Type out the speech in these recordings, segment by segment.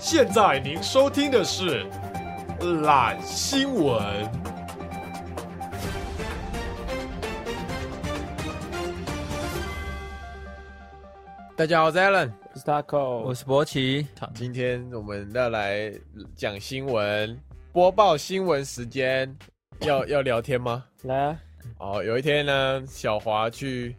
现在您收听的是《懒新闻》。大家好，我是 Allen，我是哦 Taco，我是博奇。今天我们要来讲新闻，播报新闻时间。要要聊天吗？来啊，哦，有一天呢，小华去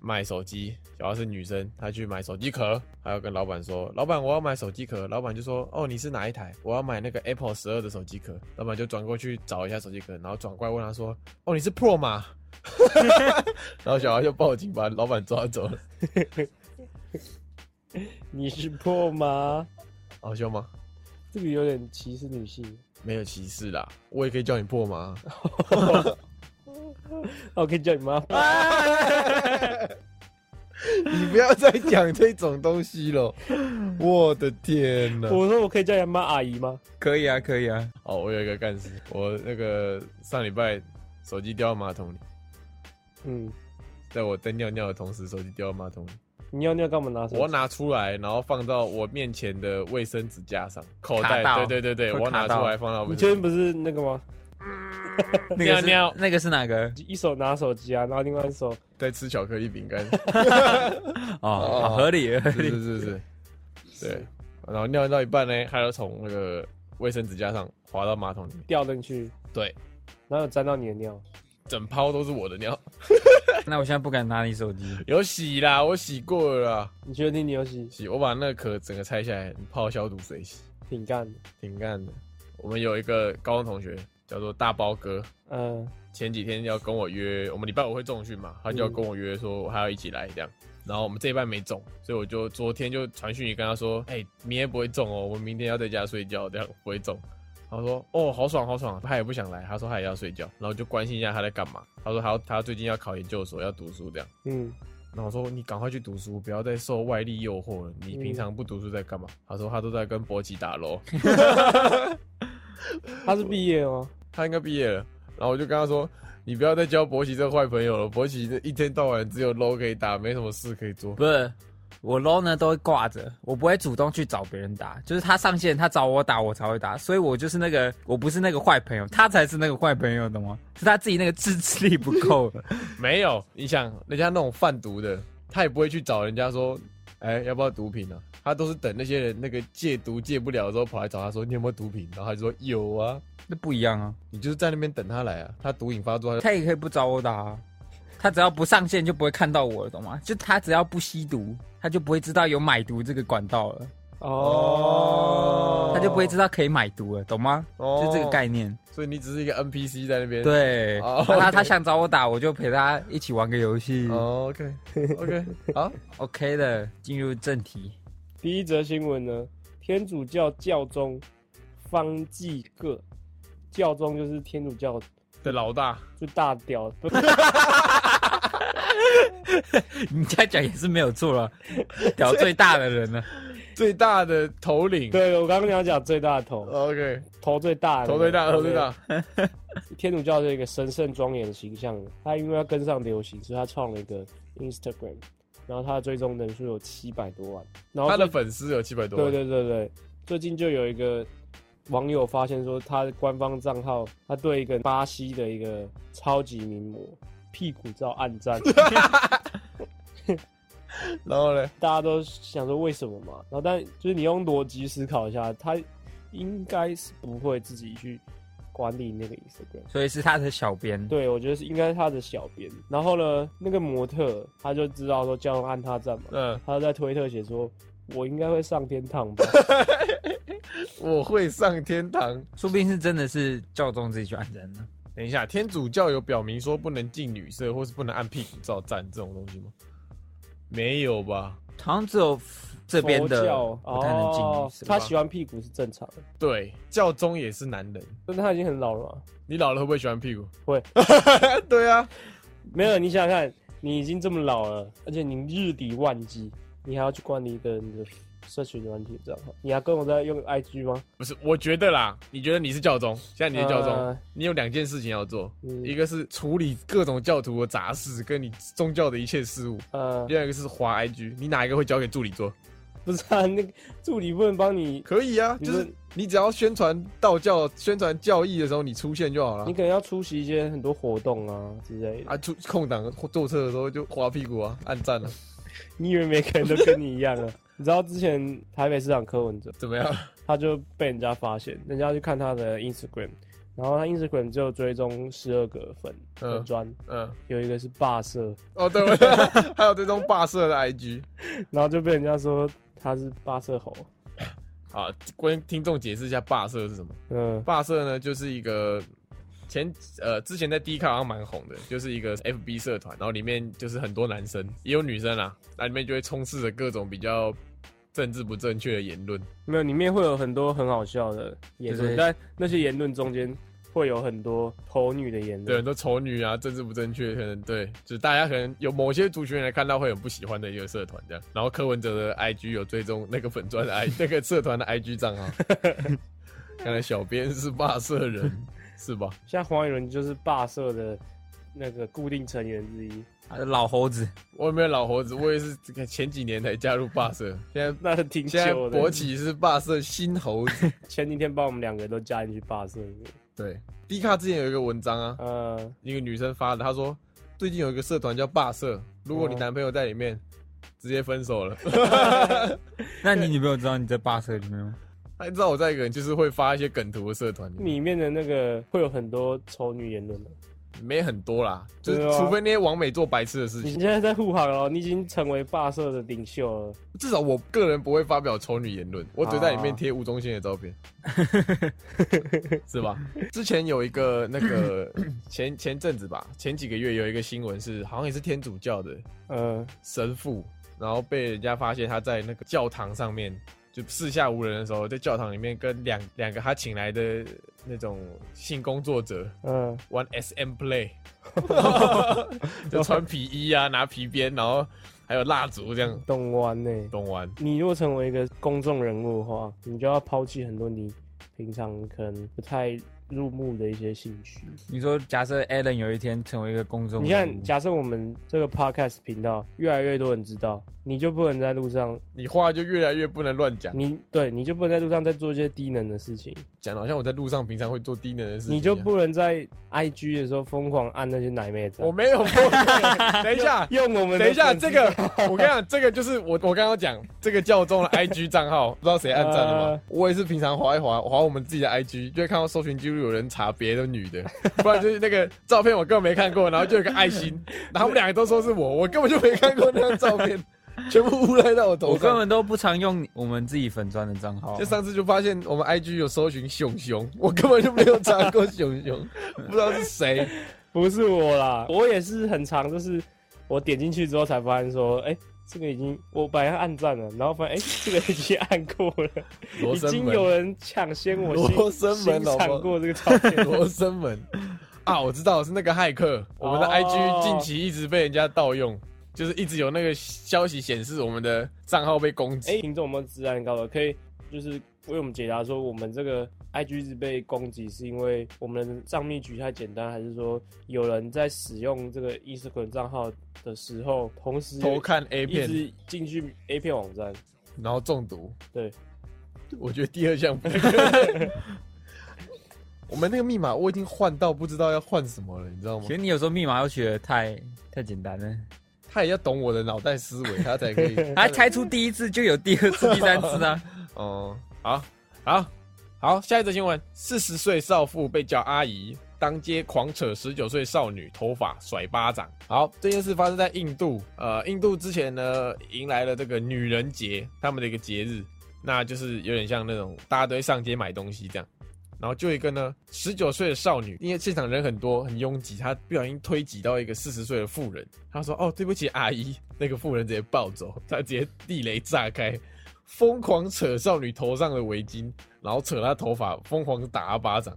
买手机，小华是女生，她去买手机壳，还要跟老板说，老板我要买手机壳，老板就说，哦你是哪一台？我要买那个 Apple 十二的手机壳，老板就转过去找一下手机壳，然后转过来问他说，哦你是 Pro 吗？ 然后小华就报警把老板抓走了，你是破吗？好凶吗？这个有点歧视女性。哦没有歧视啦，我也可以叫你破吗？ 哦我可以叫你妈。你不要再讲这种东西了，我的天哪！我说我可以叫你妈阿姨吗？可以啊，可 以啊。哦，我有一个干事，我那个上礼拜手机掉到马桶里，嗯，在我在尿尿的同时，手机掉到马桶里，你尿尿干嘛拿手机？我拿出来，然后放到我面前的卫生纸架上，口袋，卡到对对对对，会我拿卡到出来放到你卫昨生天纸不是那个吗？那个是尿尿那个是 哪个？一手拿手机啊，然后另外一手在吃巧克力饼 干，哦，哦好合理，合是理。是是 是，对，然后尿到一半呢，它就从那个卫生纸架上滑到马桶里面，掉进去，对，然后有沾到你的尿。整泡都是我的尿，那我现在不敢拿你手机。有洗啦，我洗过了啦，你确定你有洗？洗，我把那个壳整个拆下来泡消毒水洗。挺干的。挺干的。我们有一个高中同学叫做大包哥，嗯、前几天要跟我约，我们礼拜五会重训嘛，他就要跟我约说，我还要一起来这样。然后我们这一半没中，所以我就昨天就传讯息跟他说，哎、明天不会中哦，我明天要在家睡觉，这样不会中。他说：“哦，好爽，好爽！”他也不想来，他说他也要睡觉，然后就关心一下他在干嘛。他说他要他最近要考研究所，要读书这样。嗯，然后我说：“你赶快去读书，不要再受外力诱惑了。你平常不读书在干嘛？”他说：“他都在跟博奇打喽。”他是毕业哦吗？他应该毕业了。然后我就跟他说：“你不要再交博奇这个坏朋友了，博奇一天到晚只有 low 可以打，没什么事可以做。不是，我 low 呢都会挂着，我不会主动去找别人打，就是他上线，他找我打，我才会打，所以我就是那个，我不是那个坏朋友，他才是那个坏朋友，懂吗？是他自己那个自制力不够。”没有，你想人家那种贩毒的，他也不会去找人家说：“哎、要不要毒品啊？”他都是等那些人那个戒毒戒不了的时候，跑来找他说：“你有没有毒品？”然后他就说：“有啊。 那不一样啊，”你就是在那边等他来啊。他毒瘾发作，他就他也可以不找我打啊，他只要不上线就不会看到我了，懂吗？就他只要不吸毒，他就不会知道有买毒这个管道了，哦，他就不会知道可以买毒了，懂吗？哦就这个概念。所以你只是一个 NPC 在那边。对，哦那他他想找我打，我就陪他一起玩个游戏。哦，OK，OK，、好， OK 的，进入正题。 第一则新闻呢，天主教教宗方济各，教宗就是天主教的老大，最大屌， 不你这样讲也是没有错了，屌最大的人了。最大的头领。对我刚刚要讲最大的头， OK，头最大的，头最大，头最大。对。天主教是一个神圣庄严的形象，他因为要跟上流行，所以他创了一个 Instagram，然后他的追踪人数有七百多万，然后他最的粉丝有七百多对万，对对对，最近就有一个网友发现说，他的官方账号他对一个巴西的一个超级名模屁股照暗战，然后呢，大家都想说为什么嘛？然后但就是你用逻辑思考一下，他应该是不会自己去管理那个 Instagram。所以是他的小编。对，我觉得是应该是他的小编。然后呢，那个模特他就知道说教宗按他赞嘛，嗯，他就在推特写说：“我应该会上天堂吧。”我会上天堂。说不定是真的是教宗自己去按人呢。等一下，天主教有表明说不能进女色，或是不能按屁股照站这种东西吗？没有吧？好像只有 这边的佛教不太能进哦女色吧他喜欢屁股是正常的，对，教宗也是男人，但他已经很老了嘛。你老了会不会喜欢屁股？会， 对啊，没有，你想想看，你已经这么老了，而且你日理万机，你还要去管理一个你的社群软体账号，你还跟我在用 IG 吗？不是，我觉得啦，你觉得你是教宗，现在你是教宗，呃你有两件事情要做，嗯一个是处理各种教徒的杂事，跟你宗教的一切事务；，呃，第二个是滑 IG，你哪一个会交给助理做？不是啊，那个助理不能帮你，可以啊，你就说是你只要宣传道教、宣传教义的时候，你出现就好了你。可能要出席一些很多活动啊之类的。啊，出空档或坐车的时候就滑屁股啊，按 赞啊，你以为每个人都跟你一样啊？你知道之前台北市长柯文哲，怎么样？他就被人家发现，人家去看他的 Instagram，然后他 Instagram 只有追踪十二个粉嗯粉砖，嗯，有一个是霸社，哦对， 我还有这种霸社的 IG 然后就被人家说他是霸社猴。啊，跟听众解释一下霸社是什么？嗯，霸社呢，就是一个前呃之前在 D 卡好像蛮红的，就是一个 FB 社团，然后里面就是很多男生，也有女生啦，那里面就会充斥着各种比较政治不正确的言论。没有，里面会有很多很好笑的言对论，但那些言论中间会有很多丑女的言对，很论。多丑女啊，政治不正确，可能对，就是大家可能有某些族群人看到会很不喜欢的一个社团这样。然后柯文哲的 IG 有追踪那个粉砖的 I 那个社团的 IG 账 号，看来小编是霸社 人是吧？像黄雨伦就是霸社的那个固定成员之一，老猴子，我也没有老猴子，我也是前几年才加入霸社，现在那挺现在久的勃。起是霸社新猴 子。前几天把我们两个都加进去霸社里面。对，D 卡之前有一个文章啊，呃，一个女生发的，她说最近有一个社团叫霸社，如果你哦男朋友在里面，直接分手了。那你女朋友知道你在霸社里面吗？他知道我在一个人就是会发一些梗图的社团里面，里面的那个会有很多丑女言论的。没很多啦，就是对啊除非那些网美做白痴的事你情，现在在护航了，你已经成为霸社的领袖了。至少我个人不会发表丑女言论，我只会在里啊面贴吴宗宪的照 片，是吧？之前有一个那个前前阵子吧，前几个月有一个新闻是好像也是天主教的呃，神父，然后被人家发现他在那个教堂上面。就四下无人的时候，在教堂里面跟两两个他请来的那种性工作者嗯、玩 SM play，就穿皮衣啊，拿皮鞭，然后还有蜡烛这样懂玩呢、懂玩。你如果成为一个公众人物的话，你就要抛弃很多你平常可能不太入目的一些兴趣。你说假设 Alan 有一天成为一个公众人物，你看，假设我们这个 podcast 频道越来越多人知道，你就不能在路上，你话就越来越不能乱讲，你对你就不能在路上再做一些低能的事情，讲得好像我在路上平常会做低能的事情一样。你就不能在 IG 的时候疯狂按那些奶妹子啊我。没有不 会等一下，用我 们的等一下，粉丝这个我跟你讲，这个就是我我刚刚讲这个教宗的 IG 账号，不知道谁按赞了吗呃？我也是平常划一划划我们自己的 IG，就会看到搜寻记录有人查别的女的， 不然就是那个照片我根本没看过，然后就有个爱心，然后他们两个都说是我，我根本就没看过那张照片， 全部诬赖到我头我根上。本都不常用我们自己粉砖的账号啊就，上次就发现我们 IG 有搜寻熊熊，我根本就没有查过熊熊，不知道是谁。不是我啦，我也是很长，就是我点进去之后才发现说，哎、这个已经我本来要按赞了，然后发现哎、这个已经按过了，罗已生经门有人抢先我罗欣生门老婆欣赏过这个照片。罗生门啊，我知道是那个骇客。我们的哦 IG 近期一直被人家盗用，就是一直有那个消息显示我们的账号被攻哎、击。听众有没有治安高的？可以就是为我们解答说，我们这个 IG 一直被攻击是因为我们的账密局太简单，还是说有人在使用这个 e Instagram 账号的时候，同时偷看 A 哎一片，直进去 A 片网站？然后中毒。对，我觉得第二项不太可 能我们那个密码我已经换到不知道要换什么了，你知道吗其？实你有时候密码要取得太太简单了，他也要懂我的脑袋思维，他才可 以。 他开出第一次就有第二次、第三次啊！哦、好，好，好，下一则新闻：四十岁少妇被叫阿姨，当街狂扯十九岁少女头发，甩巴掌。好，这件事发生在印度。呃，印度之前呢，迎来了这个女人节，他们的一个节日，那就是有点像那种大家都会上街买东西这样。然后就有一个呢，十九岁的少女，因为现场人很多，很拥挤，她不小心推挤到一个四十岁的妇人，她说：“哦，对不起，阿姨。”那个妇人直接暴走，她直接地雷炸开，疯狂扯少女头上的围巾，然后扯她头发，疯狂打她巴掌。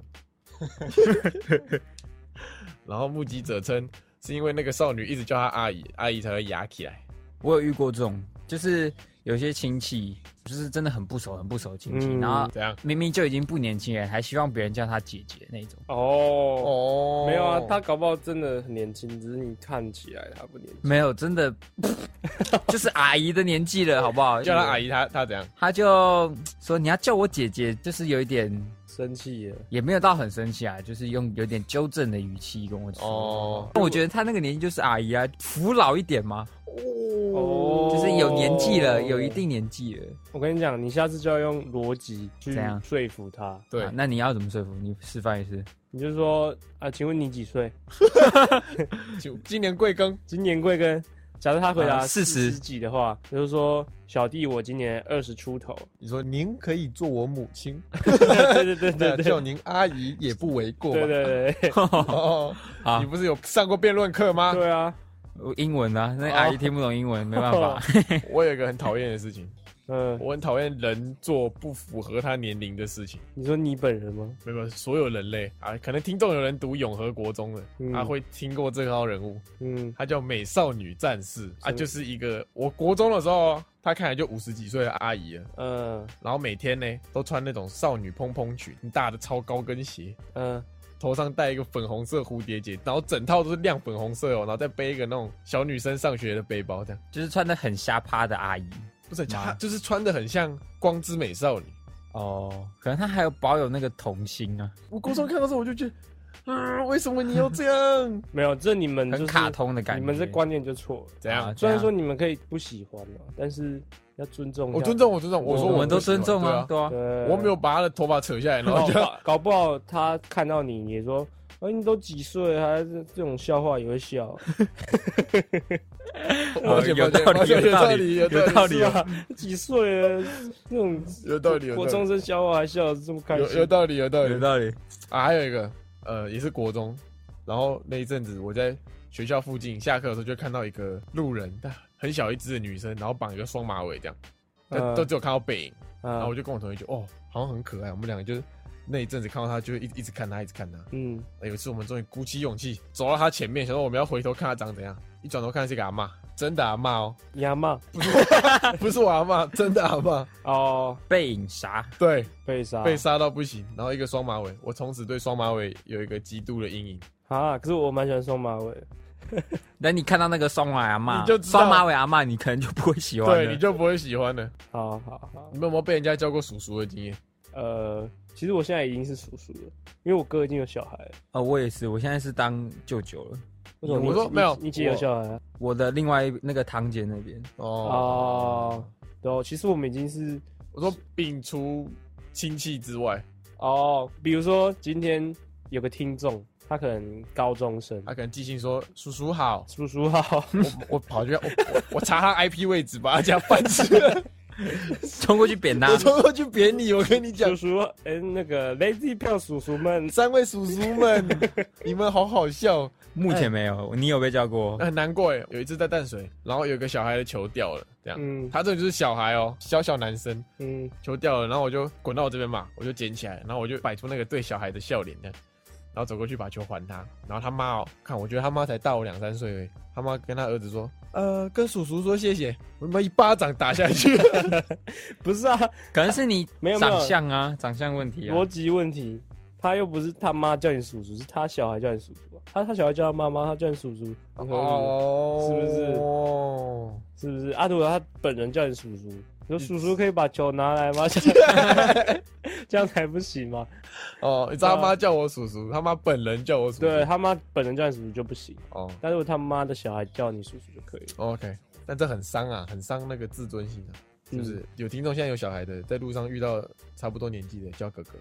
然后目击者称，是因为那个少女一直叫她阿姨，阿姨才会压起来。 我有遇过这种，就是有些亲戚，就是真的很不熟、很不熟的亲戚，嗯然后怎样？明明就已经不年轻了，还希望别人叫他姐姐那种。哦哦没有啊，他搞不好真的很年轻，只是你看起来他不年轻。 没有，真的就是阿姨的年纪了，好不好？叫他阿姨，他他怎样？他就说你要叫我姐姐，就是有一点生气了。也没有到很生气啊，就是用有点纠正的语气跟我说。哦但我觉得他那个年纪就是阿姨啊，服老一点嘛，哦就是有年纪了，有一。定年纪了。我跟你讲，你下次就要用逻辑去怎样说服他。对啊，那你要怎么说服？你示范一次。你就说啊，请问你几岁？就今年贵庚？今年贵庚？假设他回答啊40十几的话，就是说小弟我今年二十出头。你说您可以做我母亲，对对对对那对叫您阿姨也不为过吧。对啊对对，哦，好你不是有上过辩论课吗？对啊，英文啊，那阿姨听不懂英文，没办哦法。我有一个很讨厌的事情，嗯，我很讨厌人做不符合他年龄的事情。你说你本人吗？没有，所有人类啊，可能听众有人读永和国中的，嗯他、会听过这号人物，嗯，他叫美少女战士啊，么就是一个我国中的时候，她看起来就五十几岁的阿姨了，嗯然后每天呢都穿那种少女蓬蓬裙，很大的超高跟鞋，嗯，头上戴一个粉红色蝴蝶结，然后整套都是亮粉红色哦，然后再背一个那种小女生上学的背包，这样 就是穿的很瞎趴的阿姨不是很像，妈她就是穿的很像光之美少女。哦，可能她还有保有那个童心啊，我国中看到时候我就觉得，嗯，为什么你要这 样？没有，这你们就是很卡通的感觉。你们这观念就错了。怎样啊？虽然说你们可以不喜欢嘛，但是要尊重。我尊重，，我尊重。我说我们都不喜欢尊重啊，哦对对啊，对，我没有把他的头发扯下来，然搞后 不就好。搞不好他看到你也说，哎，你都几岁了，还是这种笑话也会笑，抱歉哦有抱歉道理，有抱歉哦有道理道理，有道理是有道理。吧？几岁了，这种有道理，有国道中理，生笑话还笑得这么开有心，有道理，有道啊有理道理。啊！还有一个，呃，也是国中，然后那一阵子我在学校附近下课的时候，就看到一个路人，但很小一只的女生，然后绑一个双马尾这样，但嗯都只有看到背影，然后我啊，就跟我同学就哦，好像很可爱，我们两个就是。那一阵子看到她，就一直一直看她，一直看她。嗯，哎有一次我们终于鼓起勇气走到她前面，想说我们要回头看她长怎样。一转头看是个阿嬷，真的阿嬷哦，亚骂不是我阿嬷，真的阿嬷。哦，背影侠，对，被杀被杀到不行，然后一个双马尾，我从此对双马尾有一个极度的阴影。啊！可是我蛮喜欢双马尾，那你看到那个双马尾阿你妈就，知道双马尾阿妈，你可能就不会喜欢了。对，你就不会喜欢了。好好好，你们有没有被人家叫过叔叔的经验？呃，其实我现在已经是叔叔了，因为我哥已经有小孩了。呃，我也是，我现在是当舅舅了。为什么你我说你没有你姐有我小孩啊我的另外一那个堂姐那边，哦，哦，对哦，其实我们已经是我说摒除亲戚之外，哦，比如说今天有个听众，他可能高中生，他可能寄信说叔叔好，叔叔好，我我跑去我我我查他 IP 位置，把他家饭吃，冲过去扁 他我，冲过去扁你。我跟你讲叔，叔，哎、那个 Lazy 票叔叔们，三位叔叔们，你们好好笑，目前没有。你有被叫过？很难过哎。有一次在淡水，然后有个小孩的球掉了，这样，嗯他这里就是小孩哦，小小男生。 嗯，球掉了，然后我就滚到我这边嘛，我就捡起来，然后我就摆出那个对小孩的笑脸这样，然后走过去把球还他，然后他妈哦，看我觉得他妈才大我两三岁而已，他妈跟他儿子说，呃，跟叔叔说谢谢，我他妈一巴掌打下去，不是啊，可能是你没有没有长相啊，长相问题啊逻。辑问题，他又不是他妈叫你叔叔，是他小孩叫你叔叔啊，他他小孩叫他妈妈，他叫你叔叔，很合理哦， 是不是哦，是不是？啊，如果他本人叫你叔叔，你说叔叔可以把球拿来吗？这样才不行吗？哦，你知道他妈叫我叔叔，他妈本人叫我叔叔，对他妈本人叫你叔叔就不行，哦但是我他妈的小孩叫你叔叔就可以了。 ，OK，但这很伤啊，很伤那个自尊心啊。嗯是不是有听众现在有小孩的，在路上遇到差不多年纪的叫哥哥，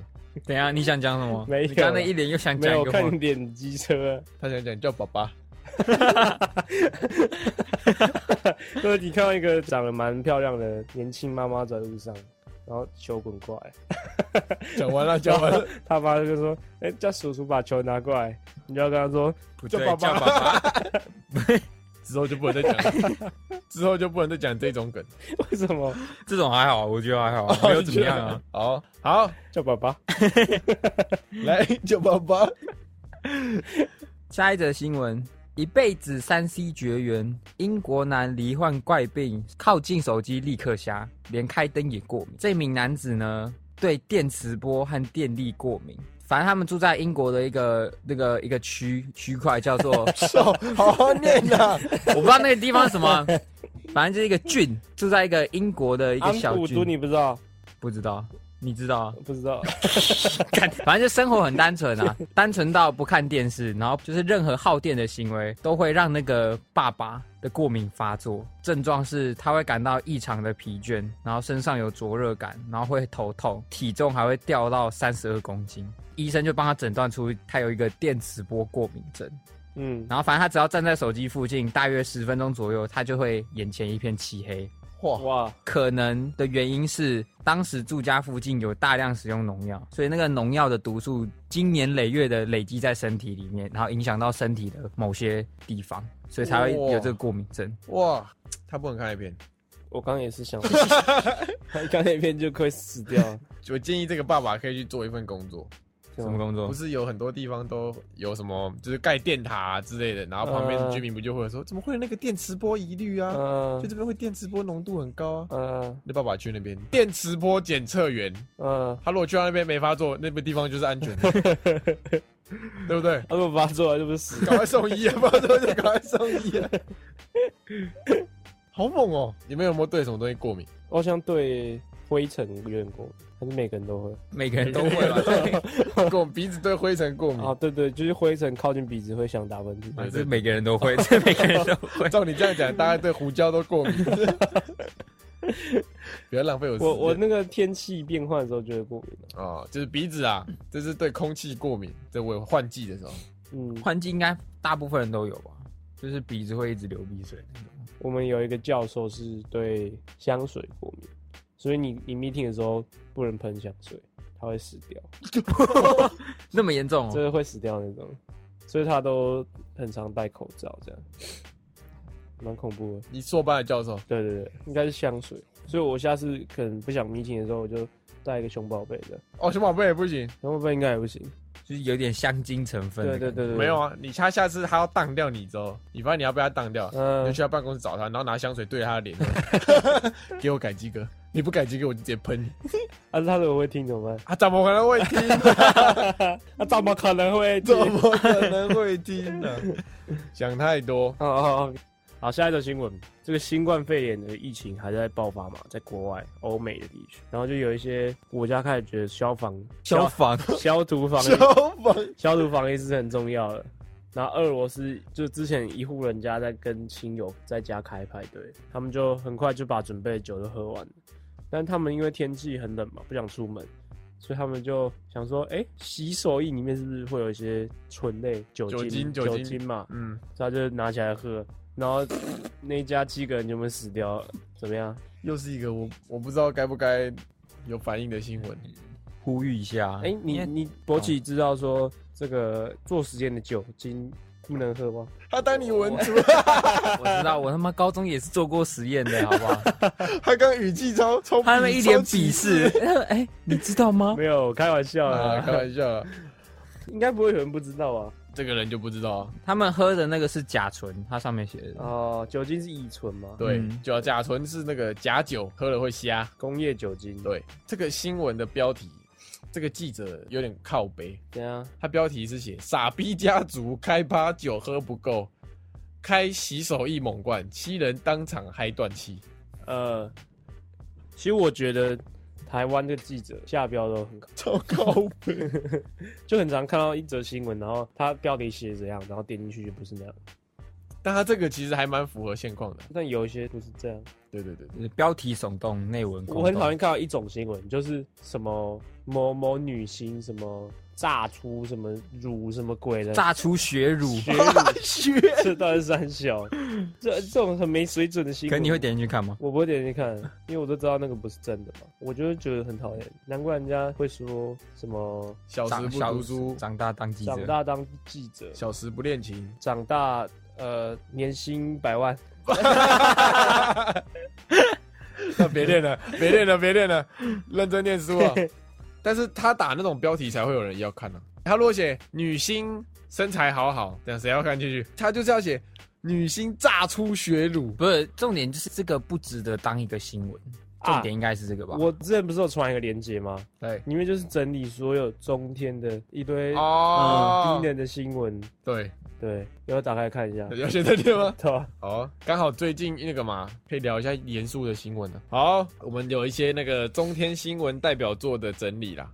等一下你想讲什么？没有你刚才一脸又想没讲有，一我个话看。你脸机车， 他想讲叫爸 爸，就是你看到一个长得蛮漂亮的年轻妈妈走在路上，然后球滚过来，讲完了，讲完了，他妈就说：“哎、叫叔叔把球拿过来。”你就要跟他说不叫对，爸叫爸爸爸。 之后就不能再讲，之后就不能再讲这种梗，。为什么这种还好，我觉得还哦好， 没有怎么样啊。好好，叫爸爸？来九八 八，下一则新闻：一辈子三 C 绝缘，英国男罹患怪病，靠近手机立刻瞎，连开灯也过敏。这名男子呢，对电磁波和电力过敏。反正他们住在英国的一个那个一个区区块，叫做 好好念呐，啊 我不知道那个地方是什么，反正就是一个郡，住在一个英国的一个安小古都郡，你不知道？不知道。你知道啊，不知道，干反正就生活很单纯啊， 单纯到不看电视，然后就是任何耗电的行为都会让那个爸爸的过敏发作，症状是他会感到异常的疲倦，然后身上有灼热感，然后会头痛，体重还会掉到三十二公斤，医生就帮他诊断出他有一个电磁波过敏症。 嗯，然后反正他只要站在手机附近，大约十分钟左右，他就会眼前一片漆黑。哇，哇，可能的原因是当时住家附近有大量使用农药，所以那个农药的毒素经年累月的累积在身体里面，然后影响到身体的某些地方，所以才会有这个过敏症。哇，他不能看那片。我刚刚也 是想，刚那边就快死掉了，我建议这个爸爸可以去做一份工作，什么工作哦不？是有很多地方都有什么，就是盖电塔、啊、之类的，然后旁边的居民不就会有说，怎么会有那个电磁波疑虑啊？就嗯这边会电磁波浓度很高啊。嗯那爸爸去那边电磁波检测员， 嗯，他如果去到那边没发作，那个地方就是安全 的，对不对？他如果把它做完就不是死，赶快送医啊！发作就赶快送医 啊！好猛哦！你们有没有对什么东西过敏？我像对灰尘有点过敏，还是每个人都会每个人都会吧？对，过鼻子对灰尘过嗯敏。啊？对对，就是灰尘靠近鼻子会想打喷嚏，反正每个人都会，这每个人都会。照你这样讲，大家对胡椒都过 敏。不要浪费我时间。我我那个天气变换的时候就会过敏了，哦，就是鼻子啊，这是对空气过敏。这我有换季的时候，嗯，环境应该大部分人都有吧，就是鼻子会一直流鼻水那种。我们有一个教授是对香水过敏，所以你你 meeting 的时候不能喷香水，他会死掉，那么严重、真哦？的会死掉那种，所以他都很常戴口罩，这样蛮恐怖的。你硕班的教授，对对对，应该是香水，所以我下次可能不想 meeting 的时候，我就带一个熊宝贝的，哦，熊宝贝也不行。熊宝贝应该也不行。就是有点香精成分的对感觉。对对对，没有啊，你他下次他要当掉你之后，你发现你要被他当掉，你嗯就去他办公室找他，然后拿香水对着他的 脸，给我改鸡哥，你不改鸡哥我就直接喷你。啊，他如果会听怎么办？啊，怎么可能会听？ 啊，怎么可能会听怎？么可能会听 呢、想太多。哦哦，哦好，下一则新闻，这个新冠肺炎的疫情还在爆发嘛，在国外欧美的地区，然后就有一些国家开始觉得消防、消防消毒防疫、防消毒防疫是很重要的。然后俄罗斯就之前一户人家在跟亲友在家开派对，他们就很快就把准备的酒都喝完了，但他们因为天气很冷嘛，不想出门，所以他们就想说，哎，洗手液里面是不是会有一些醇类酒酒精精酒精嘛？嗯，所以他就拿起来喝，然后那一家七个人就会死掉了，怎么样？又是一个我我不知道该不该有反应的新闻。呼吁一下。啊哎、你你博奇知道说这个做实验的酒精不能喝吗？他当你文竹，我知道，我他妈高中也是做过实验 的，好不好？ 他刚语气超超他们一脸鄙鄙视。 哎、你知道吗？没有，开玩笑哦啊，开啦，玩笑 啊， 应该不会有人不知道啊。这个人就不知道啊。他们喝的那个是甲醇，它上面写的。哦、酒精是乙醇嘛，对，嗯就要甲醇是那个假酒，喝了会瞎。工业酒精。，对，这个新闻的标题，这个记者有点靠背，怎样？他标题是写“傻逼家族开趴酒喝不够，开洗手液猛灌，七人当场嗨断气呃，其实我觉得台湾的记者下标都很高”， 超靠背。就很常看到一则新闻，然后它标题写怎样，然后点进去就不是那样。 但他这个其实还蛮符合现况的。但有一些不是这样。对对对，对就是标题耸动，内文空洞我很讨厌看到一种新闻，就是什么某某女星什么炸出什么乳什么鬼的，炸出血乳，血乳， 这到底是三小，这这种很没水准的新 可闻。你会？点进去看吗？我不会点进去看，因为我都知道那个不是真的嘛。我就是觉得很讨厌，难怪人家会说什么小时不读书，长大当记者长，大当记者，小时不练琴，长大呃年薪百万，那别练了，别练了，别练了，认真念书啊！但是他打那种标题才会有人要看呢、啊。他如果写女星身材好好，这样谁要看进去？他就是要写女星炸出血乳，不是重点，就是这个不值得当一个新闻。重点应该是这个吧？啊我之前不是有传一个链接吗？对，里面就是整理所有中天的一堆嗯哦低，能的新闻。对，对，要不要打开看一下？要先再念吗？对吧？好啊，刚好最近那个嘛，可以聊一下严肃的新闻了。好，我们有一些那个中天新闻代表作的整理啦。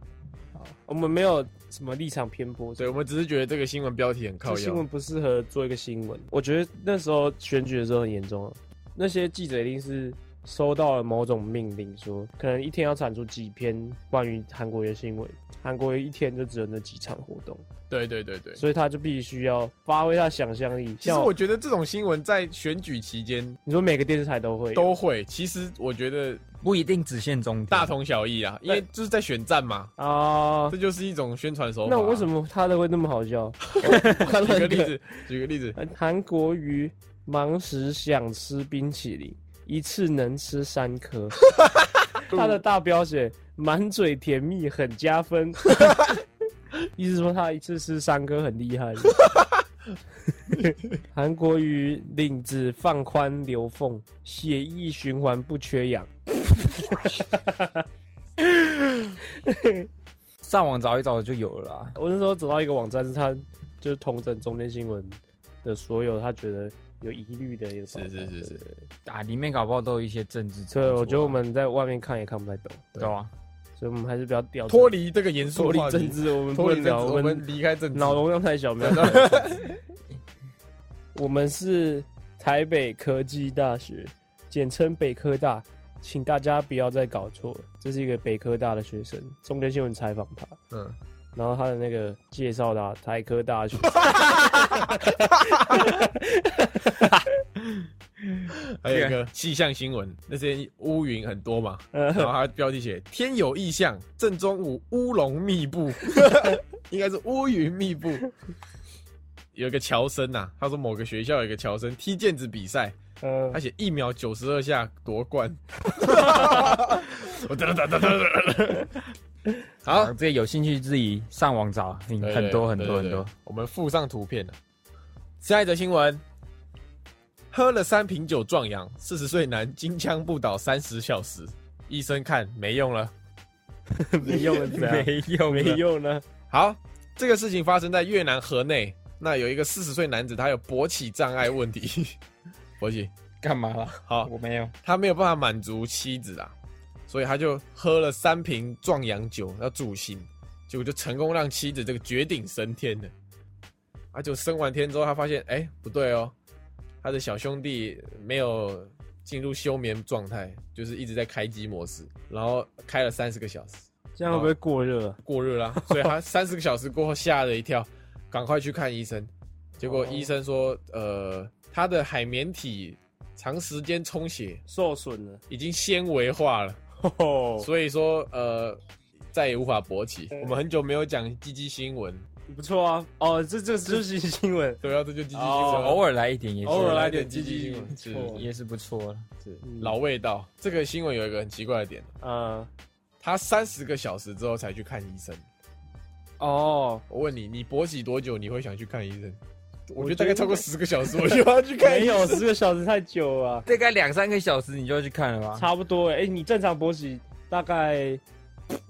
我们没有什么立场偏颇，对，我们只是觉得这个新闻标题很靠这新闻腰。不适合做一个新闻。我觉得那时候选举的时候很严重啊，那些记者一定是收到了某种命令说，可能一天要产出几篇关于韩国瑜的新闻，韩国瑜一天就只有那几场活动，对对对对。所以他就必须要发挥他想象力。其实像我觉得这种新闻在选举期间你说每个电视台都会有都会，其实我觉得不一定只限中天大同小异啊，因为就是在选战嘛，啊、这就是一种宣传手法啊。那为什么他的会那么好 笑？举个例子，举个例子，韩国瑜忙时想吃冰淇淋，一次能吃三 颗。他的大标写“满嘴甜蜜很加 分”，意思说他一次吃三颗很厉 害。韩国瑜领子放宽留缝，血液循环不缺氧。上网找一找就有了啦。我那时候找到一个网站，是他就是统整中天新闻的所有他觉得有疑虑的一个报道。是是是是，啊，里面搞不好都有一些政治操作啊。所以我觉得我们在外面看也看不太懂，对啊，所以我们还是比较掉脱离这个严肃的脱离话题政，治，我们不脱离能政聊，治，我我们们离开政治。脑容量太小，没有。 我们是台北科技大学，简称北科大，请大家不要再搞错了。这是一个北科大的学生，中天新闻采访他，嗯，然后他的那个介绍他台科大学， 还有一个气象新闻，那些乌云很多 嘛，然呃后它标题写“天有异象，正中午乌龙密 布”，应该是乌云密布。有一个乔生呐、他说某个学校有一个乔生踢毽子比赛，呃他，写一秒九十二下夺 冠。我哒哒哒哒哒。好啊，，这个有兴趣自己上网找，很对很多很多。对很对对多对。我们附上图片了。下一则新闻：喝了三瓶酒壮阳，四十岁男金枪不倒三十小时，医生看没用了。没用了，怎样？ 没有没用啊呢，好，这个事情发生在越南河内，那有一个四十岁男子，他有勃起障碍问题。勃起干嘛啦？好，我没有。他没有办法满足妻子啊，所以他就喝了三瓶壮阳酒要助兴，结果就成功让妻子这个绝顶升天了。啊，就升完天之后，他发现哎、不对哦，他的小兄弟没有进入休眠状态，就是一直在开机模式，然后开了三十个小时，这样会不会过热啊？过热啦，所以他三十个小时过后吓了一跳，赶快去看医生。结果医生说，呃，他的海绵体长时间充血，受损了，已经纤维化了，哦，所以说呃，再也无法勃起。我们很久没有讲鸡鸡新闻，不错啊，哦，这这就是新闻，对啊，这就鸡鸡新闻，哦偶尔来一点也偶尔是啊来点积极性是是不错也是不错啦。是嗯老味道。这个新闻有一个很奇怪的点，嗯，他三十个小时之后才去看医生。哦，我问你，你勃起多久你会想去看医生？我我觉得大觉得概超过十个小时，我就要去看医没有生。十个小时太久了啊，大概两三个小时你就要去看啊了吧？差不多哎、欸你正常勃起大概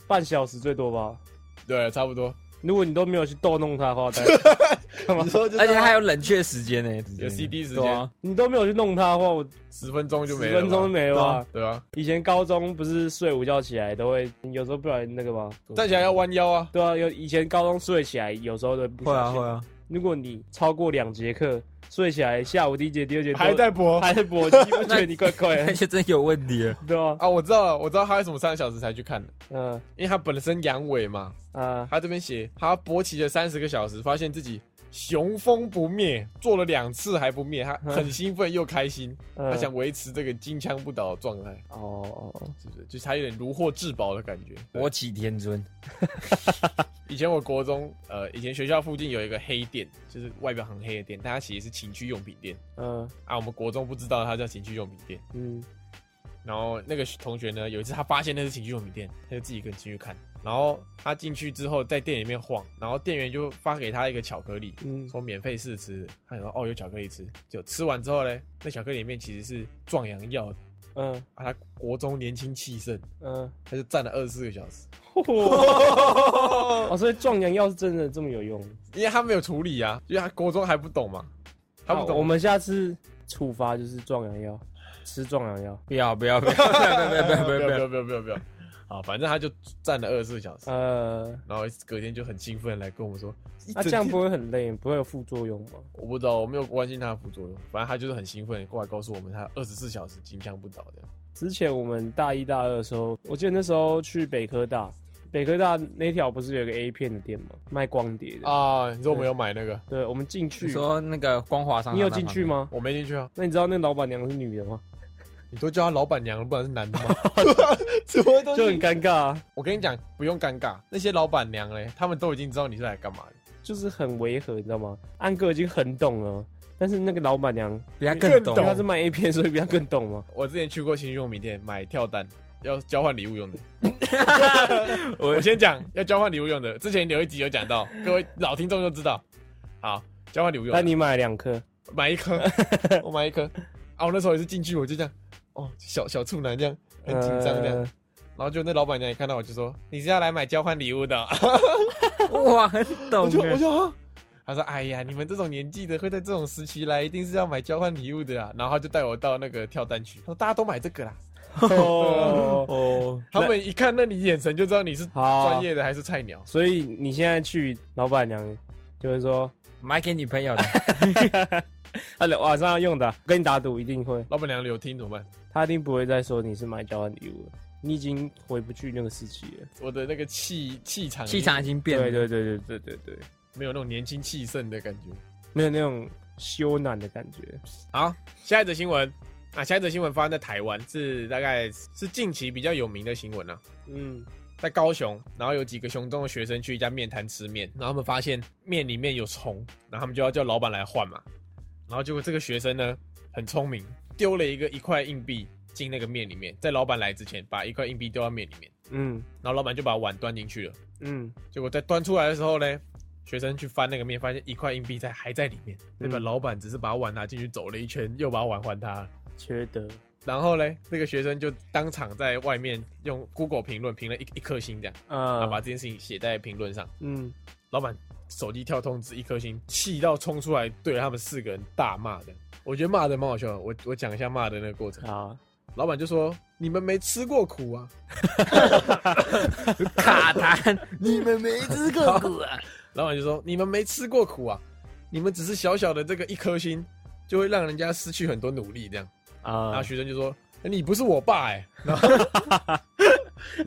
半小时最多吧。 对，差不多。如果你都没有去逗弄它的话， 大概你说就而且还有冷却时间呢，有 CD 时对间，啊，你都没有去弄它的话，我十分钟就十没了吧，分钟没了啊。对啊，以前高中不是睡午觉起来都会，有时候不然那个吗？站起来要弯腰啊。对啊，有以前高中睡起来有时候都不会啊小心会。啊，如果你超过两节课睡起来，下午第一节、第二节都还在勃还在勃起，我觉得你怪怪那 的，就真有问题了。对啊，啊！我知道了，我知道他为什么三个小时才去看的，嗯因为他本身阳痿嘛，啊，他这边写，他勃起了三十个小时，发现自己雄风不灭，做了两次还不灭，他很兴奋又开心，嗯他想维持这个金枪不倒的状态，哦，哦是不是？就是他有点如获至宝的感觉。我起天尊，以前我国中，呃，以前学校附近有一个黑店，就是外表很黑的店，但它其实是情趣用品店嗯啊。我们国中不知道它叫情趣用品店，嗯然后那个同学呢，有一次他发现那是情趣用品店，他就自己一个人进去看。然后他进去之后，在店里面晃，然后店员就发给他一个巧克力，嗯说免费试吃。他想说哦，有巧克力吃，就吃完之后嘞，那巧克力里面其实是壮阳药的，嗯啊，他国中年轻气盛，嗯，他就站了二十四个小时，哦，所以壮阳药是真的这么有用。因为他没有处理啊，因为他国中还不懂嘛，他不好懂。我们下次处罚就是壮阳药，吃壮阳药。不要不要不要不要不要不要不不要要不不要要！不要不要不要，好，反正他就站了二十四小时，呃，然后隔天就很兴奋来跟我们说，一那、整啊这样天不会很累，不会有副作用吗？我不知道，我没有关心他的副作用，反正他就是很兴奋过来告诉我们，他二十四小时金枪不倒的。之前我们大一大二的时候，我记得那时候去北科大，北科大那条不是有个 A 片的店吗？卖光碟的。啊，你说我们有买那个？对，我们进去你，说那个光华商，你有进去？吗？我没进去啊，那你知道那老板娘是女的吗？你都叫他老板娘了，不然是男的 吗？ 什么东就很尴尬、啊，我跟你讲，不用尴尬，那些老板娘嘞，他们都已经知道你是来干嘛的。就是很违和，你知道吗？安哥已经很懂了，但是那个老板娘，比他更因为她是懂。卖 A 片，所以比她更懂嘛。我之前去过新用名店买跳蛋，要交换礼物 用的。我先讲要交换礼物用的，之前有一集有讲到，各位老听众就知道。好，交换礼物用的但你买了两颗，买一 颗，我买一颗。啊，我那时候也是进去，我就这样，哦，小小处男这样，很紧张这样。呃然后就那老板娘也看到我，就说你是要来买交换礼物的哦、哇，很懂我就我欸。就啊，他说哎呀，你们这种年纪的会在这种时期来，一定是要买交换礼物的啊。然后他就带我到那个跳蛋区，他说大家都买这个啦。呃哦，哦，他们一看那你眼神就知道你是好专业的还是菜鸟。所以你现在去老板娘就会说， 买给女朋友的，啊，晚上要用的啊，跟你打赌一定会，老板娘有听怎么办？她一定不会再说你是买交换礼物了，你已经回不去那个时期了。我的那个气气场气场已经变了。对对对对对对对，没有那种年轻气盛的感觉。没有那种羞赧的感觉。好，下一则新闻啊，下一则新闻发生在台湾，是大概是近期比较有名的新闻啊，嗯，在高雄，然后有几个雄中的学生去一家面摊吃面，然后他们发现面里面有虫，然后他们就要叫老板来换嘛，然后结果这个学生呢很聪明，丢了一个一块硬币进那个面里面，在老板来之前把一块硬币丢到面里面，嗯然后老板就把碗端进去了，嗯，结果在端出来的时候呢。学生去翻那个面，发现一块硬币在还在里面，代表嗯老板只是把碗拿进去走了一圈，又把碗还他了。缺德。然后嘞，那个学生就当场在外面用 Google 评论评了一一颗星这样，然啊后把这件事情写在评论上。嗯，老板手机跳通知一颗星，气到冲出来对着他们四个人大骂的。我觉得骂的蛮好笑的，我我讲一下骂的那个过程。嗯好，老板就说：“你们没吃过苦啊 卡痰，你们没吃过苦啊？！”老板就说：“你们没吃过苦啊！你们只是小小的这个一颗星，就会让人家失去很多努力这样。”然啊后，学生就说：“欸你不是我爸哎、然后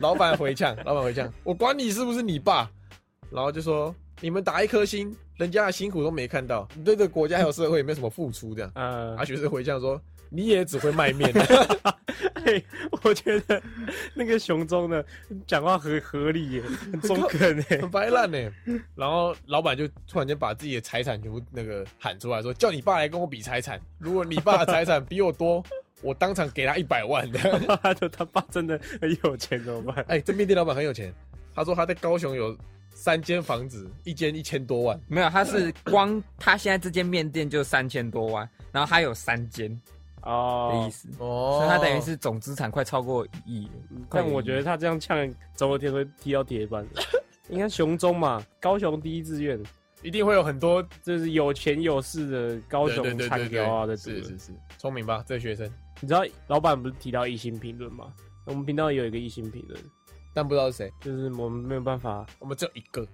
老板回呛，老板回呛，我管你是不是你爸。然后就说：“你们打一颗星，人家的辛苦都没看到，你对这个国家还有社会有没有什么付出？”这样，呃 然后，学生回呛说：“你也只会卖面。 嘿哎我觉得那个熊中呢，讲话很合理耶，很中肯”欸很耶。白烂呢、然后老板就突然间把自己的财产全部那个喊出来说：“叫你爸来跟我比财产，如果你爸的财产比我多，我当场给他一百万。”这样。他的他爸真的很有钱，怎么办？哎、这面店老板很有钱，他说他在高雄有三间房子，一间一千多万。 没有，他是光他现在这间面店就三千多万，然后他有三间的哦意，思，哦所以他等于是总资产快超过一亿了。快但我觉得他这样呛，总有一天会踢到 铁板的。应该熊中嘛，高雄第一志愿，一定会有很多这是有钱有势的高对雄对对产对条啊对，的是主是是，聪明吧，这个学生，你知道老板不是提到一星评论吗？我们频道也有一个一星评论，但不知道是谁，就是我们没有办法，我们只有一个，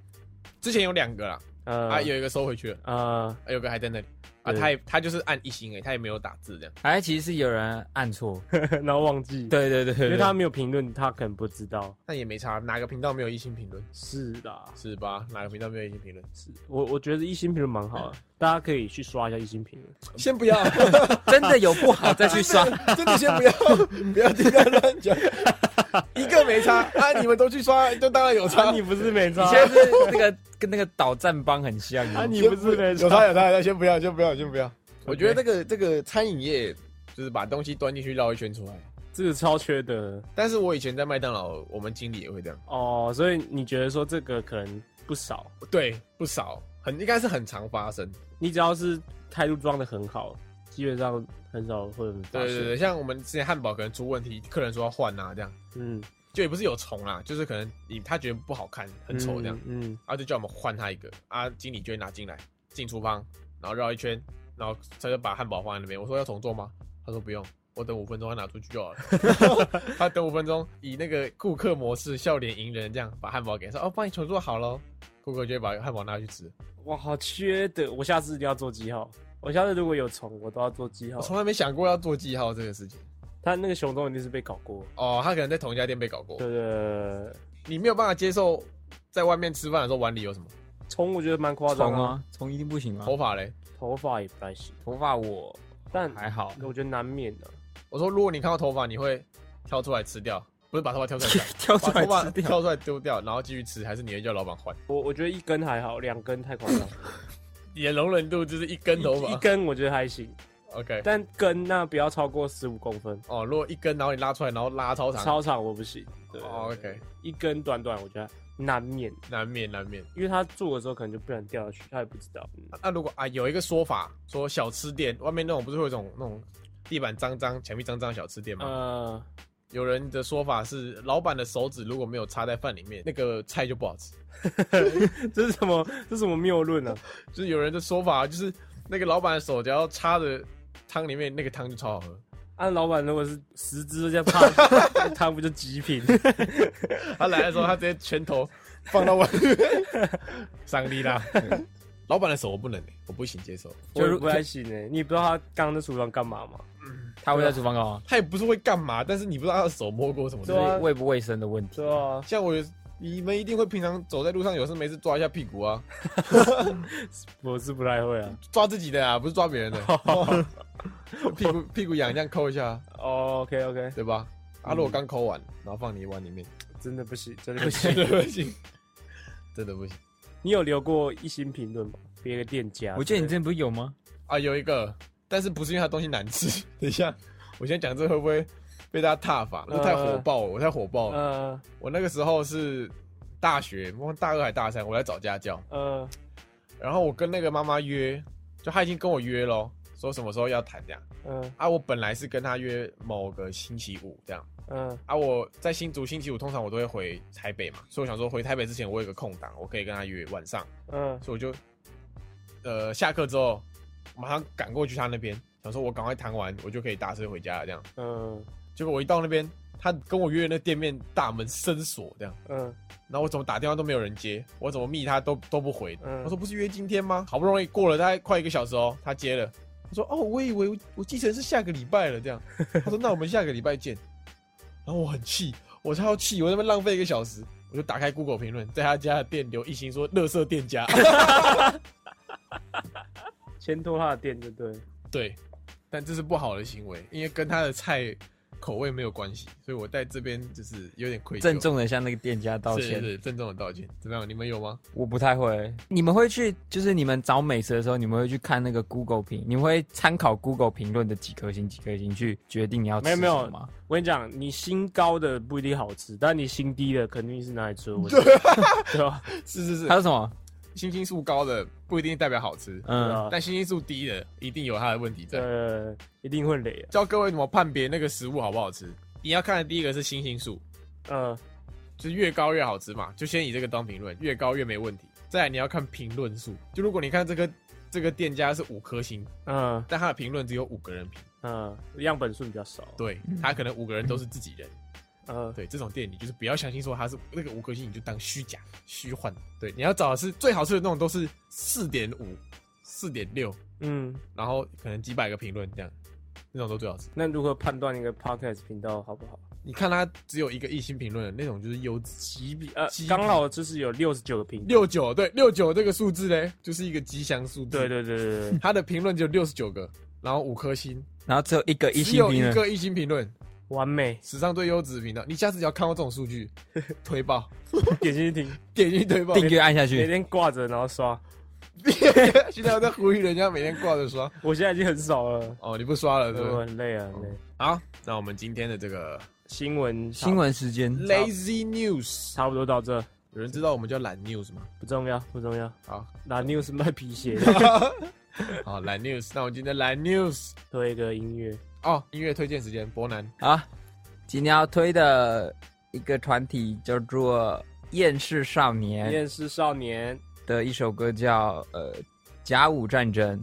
之前有两个啦，呃，啊，有一个收回去了，呃， 啊有个还在那里，啊，对他也他就是按一星哎，他也没有打字这样，哎，其实是有人按错，然后忘记，， 对对对对，因为 他没有评论，他可能不知道。但也没差，哪个频道没有一星评论是啦，是吧？哪个频道没有一星评论？是我我觉得一星评论蛮好的，啊大家可以去刷一下一星评论。先不要， 真的有不好再去 刷，真的先不要，不要听他乱讲，一个没差啊，你们都去刷，就当然有差，啊，你不是没你抓？现在是那个跟那个导战帮很像 啊，你先不是没有抓？他有他有他，先不要先不要先不要。我觉得这个这个餐饮业就是把东西端进去绕一圈出来。这个超缺德但是我以前在麦当劳，我们经理也会这样，哦，所以你觉得说这个可能不少，对，不少，很应该是很常发生。你只要是态度装的很好，基本上很少会有人发对现。对对，像我们之前汉堡可能出问题，客人说要换啊，这样嗯，就也不是有虫啦，就是可能你他觉得不好看，很丑这样，嗯，嗯，啊就叫我们换他一个，啊经理就会拿进来进厨房，然后绕一圈，然后他就把汉堡放在那边，我说要重做吗？他说不用。我等五分钟，他拿出去就好了。 他等五分钟，以那个顾客模式笑脸迎人，这样把汉堡给他说哦，帮你重做好喽。顾客就会把汉堡拿去吃。哇，好缺德！我下次一定要做记号。我下次如果有虫，我都要做记号我。从来没想过要做记号这个事情。他那个熊中一定是被搞过。哦，他可能在同一家店被搞过对。对对，对你没有办法接受在外面吃饭的时候碗里有什么虫我觉得蛮夸张虫的，啊，虫一定不行吗？头发嘞？头发也不太行，头发我但还 好，我觉得难免的、啊。我说，如果你看到头发，你会挑出来吃掉，不是把头发挑出来吃挑出 把头来发吃 掉。挑出来丢掉，然后继续吃，还是你会叫老板换？我我觉得一根还好，两根太夸张。你的容忍度就是一根头一发。根我觉得还行， OK。但根那不要超过十五公分，哦，如果一根，然后你拉出来，然后拉超长，超长我不行。对哦，OK，一根短短我觉得难免，难免难免。因为他做的时候可能就不然掉下去，他也不知道。嗯那、那如果啊，有一个说法说小吃店外面那种不是会有一种那种地板脏脏、墙壁脏脏的小吃店吗？嗯呃，有人的说法是，老板的手指如果没有插在饭里面，那个菜就不好吃。这是什么？这是什么谬论啊 呢？就是有人的说法，就是那个老板的手只要插着汤里面，那个汤就超好喝。按啊老板如果是十只这样怕， 他不就极品？他来的时候，他直接拳头放到碗， 上力啦。老板的手我不能、欸我不行接受。 我就也如不太行哎、你不知道他刚刚在厨房干嘛吗？他会在厨房干嘛？他也不是会干嘛，但是你不知道他的手摸过什么东对啊西。卫不卫生的问题对。啊，像我，你们一定会平常走在路上，有事没事抓一下屁股啊，我是不太会啊。抓自己的啊，不是抓别人的。 屁股屁股痒，这样抠一下啊，哦、o k OK，对吧？阿洛刚抠完，然后放你碗里 面。真的不行，真的不真行。的不行，真的不行 你有留过一星评论吗？别的店家，我记得你之前不是有吗？啊！有一个，但是不是因为它东西难吃？ 等一下，我先讲这会不会被大家踏伐？那太火爆了，我太火爆了。呃我那个时候是大学，我大二还大三，我来找家教，呃，然后我跟那个妈妈约，就她已经跟我约咯，说什么时候要谈这样嗯啊？我本来是跟她约某个星期五这样嗯啊。我在新竹星期五通常我都会回台北嘛，所以我想说回台北之前我有个空档，我可以跟她约晚上。嗯，所以我就呃下课之后马上赶过去他那边，想说我赶快谈完，我就可以搭车回家了这样。嗯结果我一到那边，他跟我约的那店面大门深锁这样，嗯然后我怎么打电话都没有人接，我怎么密他都都不回。嗯我说不是约今天吗？好不容易过了大概快一个小时哦，他接了。他说哦，我以为我我记成是下个礼拜了这样。他说那我们下个礼拜见。然后我很气，我超气，我在那边浪费一个小时。我就打开 Google 评论，在他家的店留一星说“乐色店家”，牵拖他的店就对了。对，但这是不好的行为，因为跟他的菜口味没有关系，所以我在这边就是有点愧疚。郑重的向那个店家道是是歉。是郑重的道歉。怎么样？你们有 吗？我不太会。你们会去，就是你们找美食的时候，你们会去看那个 Google 评，你们会参考 Google 评论的几颗星、几颗星去决定你要吃没有没有什么吗？我跟你讲，你心高的不一定好吃，但你心低的肯定是哪里出问题，对吧？是是是，还有什么？星星数高的不一定代表好吃，对嗯，啊但星星数低的一定有它的问题在。呃，一定会累啊。教各位怎么判别那个食物好不好吃。你要看的第一个是星星数，嗯就是越高越好吃嘛，就先以这个当评论，越高越没问题。再来你要看评论数，就如果你看这个这个店家是五颗星，嗯但他的评论只有五个人评，嗯，样本数比较少。对嗯他可能五个人都是自己人，嗯对，这种店你就是不要相信说它是那个五颗星，你就当虚假、虚幻。对，你要找的是最好吃的那种，都是四点五、四点六，嗯，然后可能几百个评论这样，那种都最好吃。那如何判断一个 podcast 频道好不好？你看它只有一个一星评论的那种，就是优质几比呃几，比刚好就是有六十九个评，六九，对，六九这个数字嘞，就是一个吉祥数字。对，对对对对，它的评论只有六十九个，然后五颗星，然后只有一个一只星有一评论，个一星评论，完美，史上最优质的频道。你下次只要看到这种数据，推爆，点进去听，点进去推爆。订阅按下每去。天挂着然后刷，现在我在呼吁人家每天挂着刷。我现在已经很少了，哦，你不刷了是不我是？很累啊，很累。好，那我们今天的这个新闻新闻时间， Lazy News，差不多到这，有人知道我们叫懒 News 吗？不重要不重要。好，拿 news 卖皮鞋，好，蓝 news，那我今天蓝 news 推一个音乐，哦，音乐推荐时间，伯南啊，今天要推的一个团体叫做厌世少年厌世少年，的一首歌叫呃《甲午战争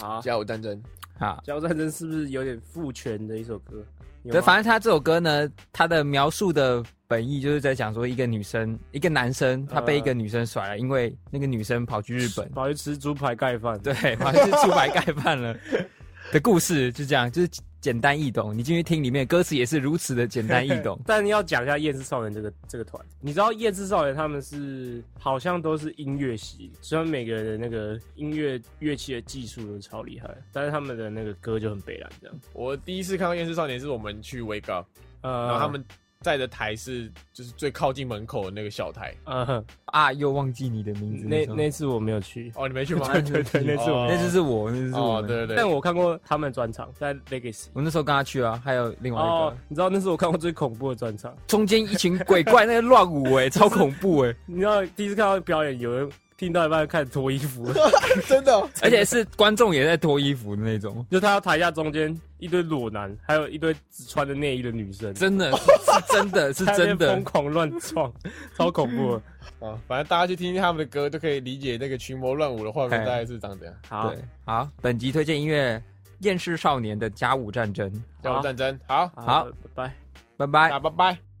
好，甲午战争，》啊。加入战争是不是有点父权的一首歌？有对，吗反正他这首歌呢，他的描述的本意就是在讲说，一个女生，一个男生，他被一个女生甩了，因为那个女生跑去日本，跑去吃猪排盖饭，。对，跑去出白盖饭了 的故事，就这样，就是简单易懂。你进去听里面歌词也是如此的简单易懂但要讲一下厌世少年这个这个团，你知道厌世少年他们是好像都是音乐系，虽然每个人的那个音乐乐器的技术都超厉害，但是他们的那个歌就很北蓝这样。我第一次看到《厌世少年》是我们去 Wake Up，呃，然后他们在的台是就是最靠近门口的那个小台。呃， 啊，又忘记你的名字那时候那次我没有去，哦，你没去 吗？ 对对那次我那就是我，那就是我哦，们。对对对，但我看过他们的专场在 Legacy。我那时候跟他去啊，还有另外一个，哦，你知道那是我看过最恐怖的专场。中间一群鬼怪那个乱舞、 哎，超恐怖哎、你知道第一次看到表演，有人听到一半开始脱衣服 了，真 的哦、而且是观众也在脱衣服的那种，就他到台下中间一堆裸男，还有一堆只穿着内衣的女生，真的是真的 是在那边真的疯，狂乱撞，超恐怖 的。啊，反正大家去听听他们的歌，就可以理解那个群魔乱舞的画面嘿大概是长怎样。好对，好，本集推荐音乐《厌世少年的甲午战争》，甲午战争，好，好拜拜。拜拜那。拜拜。